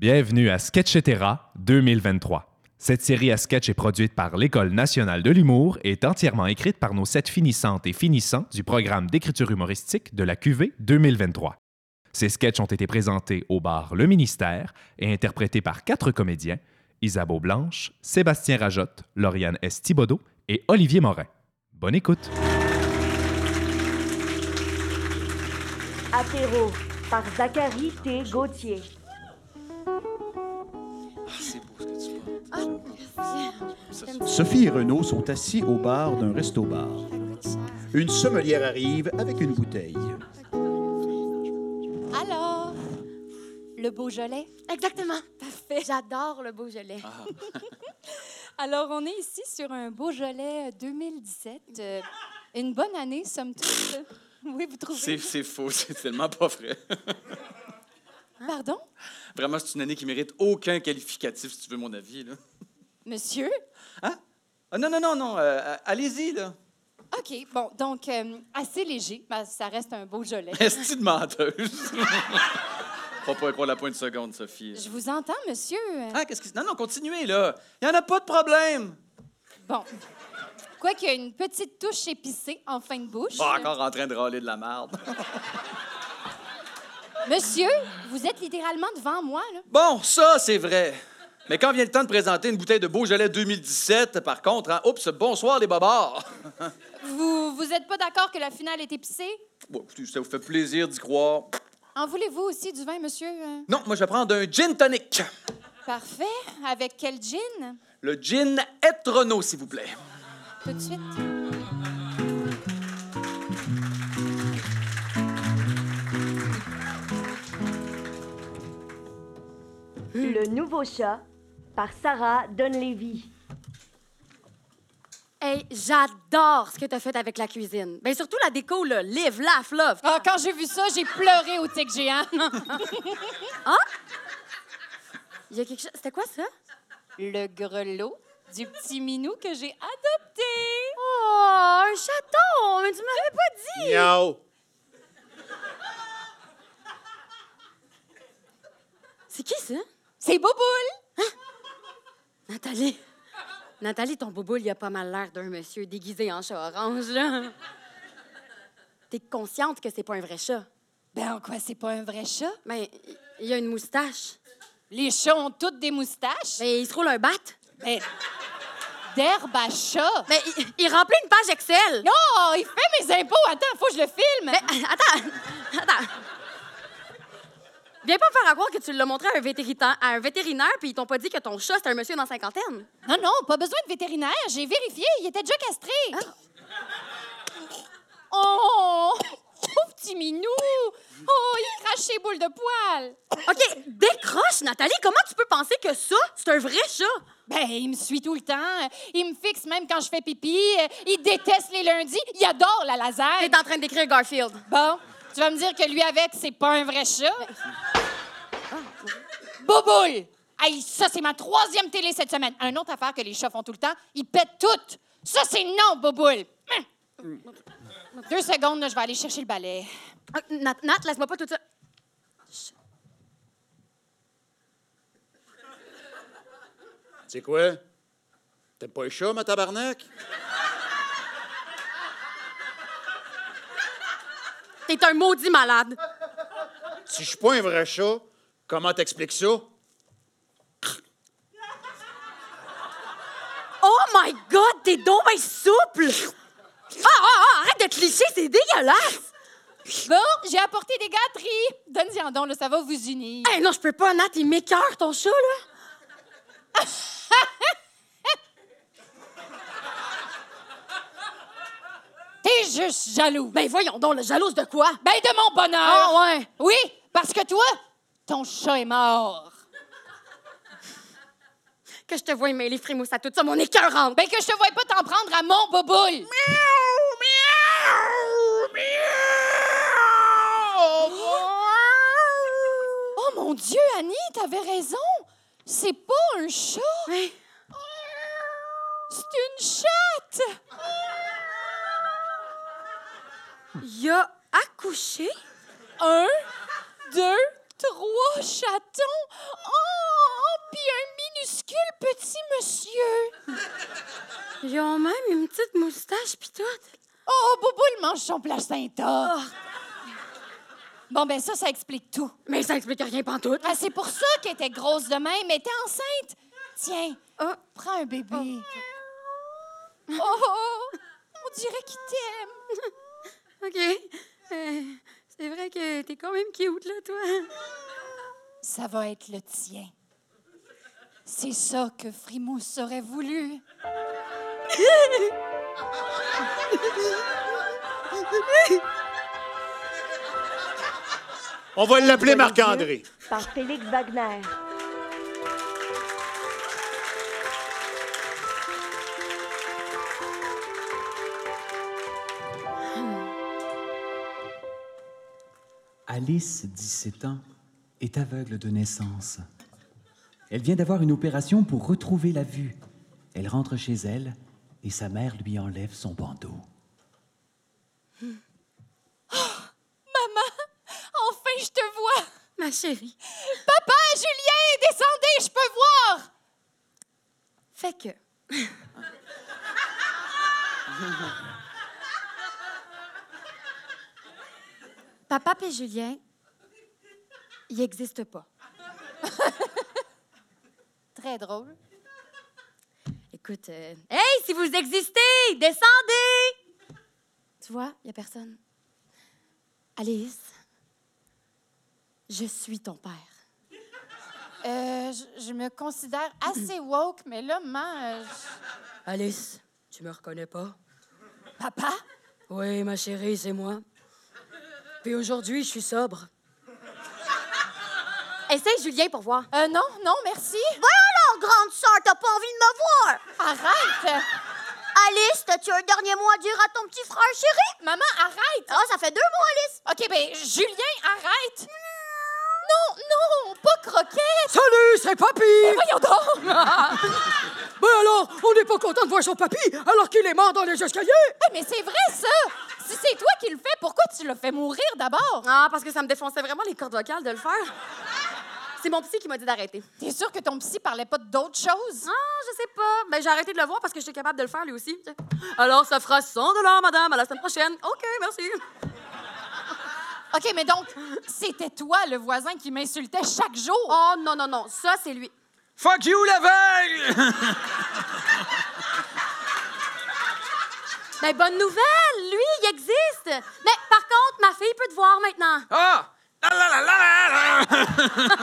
Bienvenue à Sketchetera 2023. Cette série à sketch est produite par l'École nationale de l'humour et est entièrement écrite par nos sept finissantes et finissants du programme d'écriture humoristique de la QV 2023. Ces sketchs ont été présentés au bar Le Ministère et interprétés par quatre comédiens Isabeau Blanche, Sébastien Rajotte, Lauriane S. Thibodeau et Olivier Morin. Bonne écoute! Apéro par Zachary T. Gauthier. C'est beau ce que tu portes. Ah, merci. Sophie et Renaud sont assis au bar d'un resto-bar. Une sommelière arrive avec une bouteille. Alors, le Beaujolais? Exactement. Parfait. J'adore le Beaujolais. Ah. Alors, on est ici sur un Beaujolais 2017. euh, une bonne année, somme toute. Oui, vous C'est, trouvez? c'est faux, c'est tellement pas vrai. Hein? Pardon? Vraiment, c'est une année qui mérite aucun qualificatif, si tu veux mon avis. Là. Monsieur? Ah, non, non, non, non, euh, allez-y, là. OK, bon, donc, euh, assez léger. Ben, ça reste un Beaujolais. Est-ce de menteuse? Faut pas y croire la pointe seconde, Sophie. Je vous entends, monsieur. Euh, Ah, qu'est-ce que... Non, non, continuez, là. Il en a pas de problème. Bon. Quoi qu'il y ait une petite touche épicée en fin de bouche. Pas encore en train de râler de la merde. Monsieur, vous êtes littéralement devant moi, là. Bon, ça, c'est vrai. Mais quand vient le temps de présenter une bouteille de Beaujolais 2017, par contre, hein, oups, bonsoir les bobards. Vous, vous êtes pas d'accord que la finale est épicée? Bon, écoutez, ça vous fait plaisir d'y croire. En voulez-vous aussi du vin, monsieur? Euh, Non, moi, je vais prendre un gin tonic. Parfait. Avec quel gin? Le gin Etrono, s'il vous plaît. Tout de suite. Le nouveau chat par Sarah Dunleavy. Hey, j'adore ce que t'as fait avec la cuisine. Ben surtout la déco, là. Live, laugh, love. Ah, quand j'ai vu ça, j'ai pleuré au tic géant. Il y a quelque chose. C'était quoi ça? Le grelot du petit minou que j'ai adopté. Oh, un chaton! Mais tu m'avais pas dit! Miaou! C'est qui ça? C'est Bouboule. Nathalie. Nathalie, ton bouboule, il a pas mal l'air d'un monsieur déguisé en chat orange, là. T'es consciente que c'est pas un vrai chat? Ben, en quoi c'est pas un vrai chat? Ben, il- il a une moustache. Les chats ont toutes des moustaches. Ben, il se roule un bat. Ben, d'herbe à chat. Ben, il, il remplit une page Excel. Non, il fait mes impôts. Attends, faut que je le filme. Mais attends, attends. Viens pas me faire à croire que tu l'as montré à un vétérinaire, à un vétérinaire puis ils t'ont pas dit que ton chat, c'est un monsieur dans la cinquantaine. Non, non, pas besoin de vétérinaire. J'ai vérifié. Il était déjà castré. Oh, pauvre petit minou. Oh, il crache ses boules de poils. OK, décroche, Nathalie. Comment tu peux penser que ça, c'est un vrai chat? Ben, il me suit tout le temps. Il me fixe même quand je fais pipi. Il déteste les lundis. Il adore la lasagne. T'es en train d'écrire Garfield. Bon, tu vas me dire que lui avec, c'est pas un vrai chat? Bouboule! Hey, ça, c'est ma troisième télé cette semaine. Un autre affaire que les chats font tout le temps, ils pètent toutes. Ça, c'est non, Bouboule! Hum. Deux secondes, là, je vais aller chercher le balai. Ah, Nat, Nat, laisse-moi pas tout ça. C'est quoi? T'aimes pas les chats, ma tabarnak? T'es un maudit malade. Si je suis pas un vrai chat, comment t'expliques ça? Oh my God, t'es donc bien souple! Ah, ah, ah, arrête de te licher, c'est dégueulasse! Bon, j'ai apporté des gâteries. Donne-y en don, là, ça va vous unir. Hey, non, je peux pas, Nat, il m'écœure, ton chat, là. T'es juste jaloux. Ben voyons donc, le jalouse de quoi? Ben, de mon bonheur! Ah, ouais. Oui, parce que toi, ton chat est mort. Que je te vois mêler frimousse à tout ça, mon écœurante! Ben, que je te voyais pas t'en prendre à mon boboule! Oh mon Dieu, Annie, t'avais raison. C'est pas un chat. Oui. C'est une chatte. Il a accouché? Un, deux, Trois chatons? Oh, puis un minuscule petit monsieur. Ils ont même une petite moustache, puis tout. Oh, Bouboule mange son placenta. Bon, ben ça, ça explique tout. Mais ça explique rien pantoute. Ah, c'est pour ça qu'elle était grosse de même. Elle était enceinte. Tiens, Ah. prends un bébé. Oh, oh, on dirait qu'il t'aime. OK. Euh, c'est vrai que t'es quand même cute, là, toi. Ça va être le tien. C'est ça que Frimousse aurait voulu. On va l'appeler Marc-André. Par Félix Wagner. Alice, 17 ans, est aveugle de naissance. Elle vient d'avoir une opération pour retrouver la vue. Elle rentre chez elle et sa mère lui enlève son bandeau. Enfin, je te vois. Ma chérie. Papa, Julien, descendez, je peux voir. Fait que. Papa et Julien, il n'existe pas. Très drôle. Écoute, euh, hey, si vous existez, descendez! Tu vois, il n'y a personne. Alice, je suis ton père. Euh, je, je me considère assez woke, mais là, maman, euh, je- Alice, tu me reconnais pas? papa, Oui, ma chérie, c'est moi. Puis aujourd'hui, je suis sobre. Essaye Julien pour voir. Euh, non, non, merci. Voyons donc, grande sœur, t'as pas envie de me voir! Arrête. Alice, t'as-tu un dernier mot à dire à ton petit frère chéri? Maman, arrête. Ah, ça fait deux mois, Alice! OK, ben, Julien, arrête. Non, non, pas croquette. Salut, c'est papy! Voyons donc. Ben alors, on n'est pas content de voir son papy alors qu'il est mort dans les escaliers! Ah, mais c'est vrai, ça. Si c'est toi qui le fais, pourquoi tu le fais mourir d'abord? Ah, parce que ça me défonçait vraiment les cordes vocales de le faire. C'est mon psy qui m'a dit d'arrêter. T'es sûr que ton psy parlait pas d'autre chose? Ah, je sais pas. Ben, j'ai arrêté de le voir parce que j'étais capable de le faire lui aussi. Alors, ça fera 100 madame, à la semaine prochaine. OK, merci. OK, mais donc, c'était toi le voisin qui m'insultait chaque jour. Ah. Oh, non, non, non. Ça, c'est lui. Fuck you, la veille! Ben, bonne nouvelle! Lui, il existe! Mais par contre, ma fille peut te voir maintenant. Ah! La, la, la, la, la, la.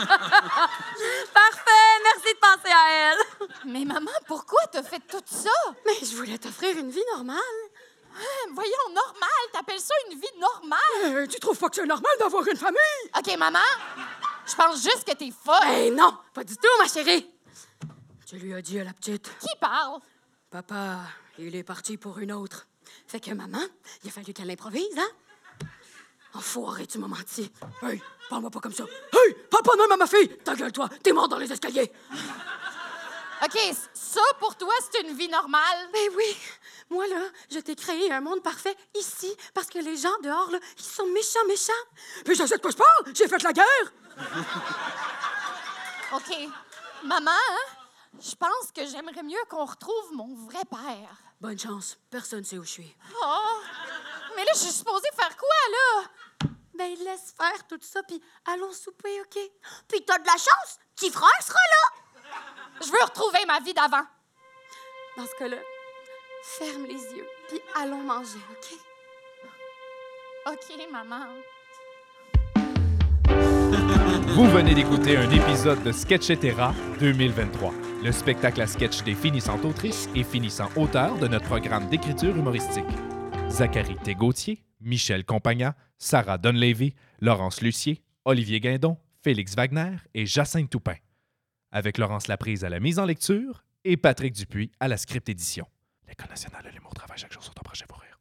Parfait! Merci de penser à elle. Mais maman, pourquoi t'as fait tout ça? Mais je voulais t'offrir une vie normale. Voyons, normal, t'appelles ça une vie normale? Euh, tu trouves pas que c'est normal d'avoir une famille? OK, maman, je pense juste que t'es folle. Ben non, pas du tout, ma chérie. Je lui ai dit à la petite, Qui parle? papa, il est parti pour une autre. Fait que maman, il a fallu qu'elle improvise, hein? Enfoiré, tu m'as menti. Hey, parle-moi pas comme ça. Hey, papa non à ma fille! Ta gueule, toi, t'es mort dans les escaliers. OK, c- ça, pour toi, c'est une vie normale? Ben oui, moi là, je t'ai créé un monde parfait ici parce que les gens dehors, là, ils sont méchants, méchants. Puis je sais de quoi je parle, j'ai fait la guerre. OK, maman, hein, je pense que j'aimerais mieux qu'on retrouve mon vrai père. Bonne chance, personne sait où je suis. Oh, mais là, je suis supposée faire quoi, là? Ben laisse faire tout ça, puis allons souper, OK? Puis t'as de la chance, petit frère sera là! Je veux retrouver ma vie d'avant. Dans ce cas-là, ferme les yeux, puis allons manger, OK? OK, maman. Vous venez d'écouter un épisode de Sketchetera 2023, le spectacle à sketch des finissantes autrices et finissants auteurs de notre programme d'écriture humoristique. Zachary Tégautier, Michel Compagna, Sarah Dunleavy, Laurence Lucier, Olivier Guindon, Félix Wagner et Jacinthe Toupin. Avec Laurence Laprise à la mise en lecture et Patrick Dupuis à la script édition. L'École nationale de l'humour travaille chaque jour sur ton projet. Vous